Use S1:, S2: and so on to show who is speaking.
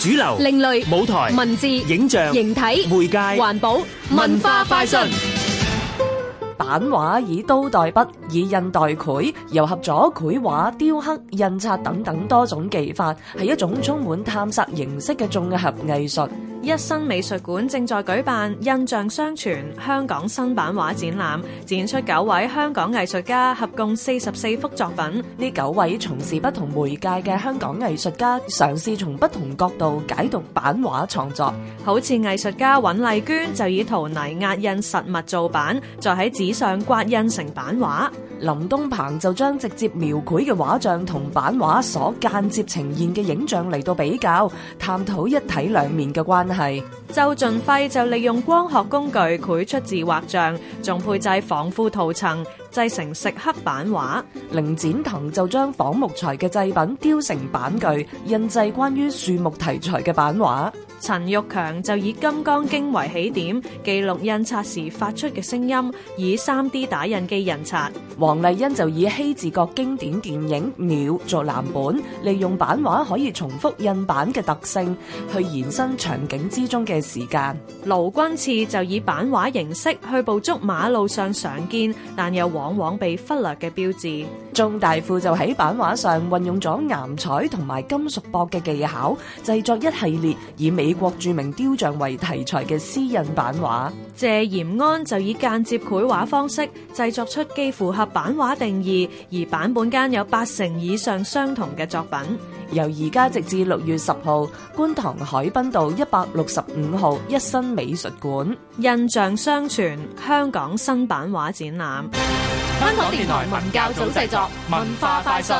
S1: 主流、
S2: 另類
S1: 舞台、
S2: 文字、
S1: 影像、
S2: 形體、
S1: 媒介、
S2: 環保、文化快訊。
S3: 版畫以刀代筆，以印代繪，糅合咗繪畫、雕刻、印刷等等多種技法，係一種充滿探索形式嘅綜合藝術。
S4: 一新美術館正在舉辦《印象相傳：香港新版畫展覽》，展出九位香港藝術家合共四十四幅作品。
S3: 呢九位從事不同媒介嘅香港藝術家，嘗試從不同角度解讀版畫創作。
S4: 好似藝術家尹麗娟就以陶泥壓印實物做版，再喺紙上刮印成版畫。
S3: 林東鵬就將直接描繪嘅畫像同版畫所間接呈現嘅影像嚟到比較，探討一體兩面嘅關係。
S4: 周俊輝就利用光學工具繪出自畫像，仲配製仿膚塗層，製成食刻版畫。
S3: 凌展騰就將仿木材嘅製品雕成版具，印製關於樹木題材嘅版畫。
S4: 陳玉強就以《金剛經》為起點，記錄印刷時發出嘅聲音，以 3D 打印機印刷。
S3: 黃麗欣就以希治閣經典電影《鳥》做藍本，利用版畫可以重複印版嘅特性，去延伸場景之中嘅時間。
S4: 盧君次就以版畫形式去捕捉馬路上常見，但又往往被忽略嘅標誌。
S3: 鍾大富就喺版畫上運用咗岩彩同埋金屬箔嘅技巧，製作一系列以美國著名雕像為題材嘅私印版畫。
S4: 謝延安就以間接繪畫方式製作出既符合版畫定義，而版本間有八成以上相同嘅作品。
S3: 由而家直至六月十號，觀塘海濱道一百六十五號一新美術館。
S4: 印象相傳，香港新版畫展覽。
S2: 香港電台文教組製作，文化快訊。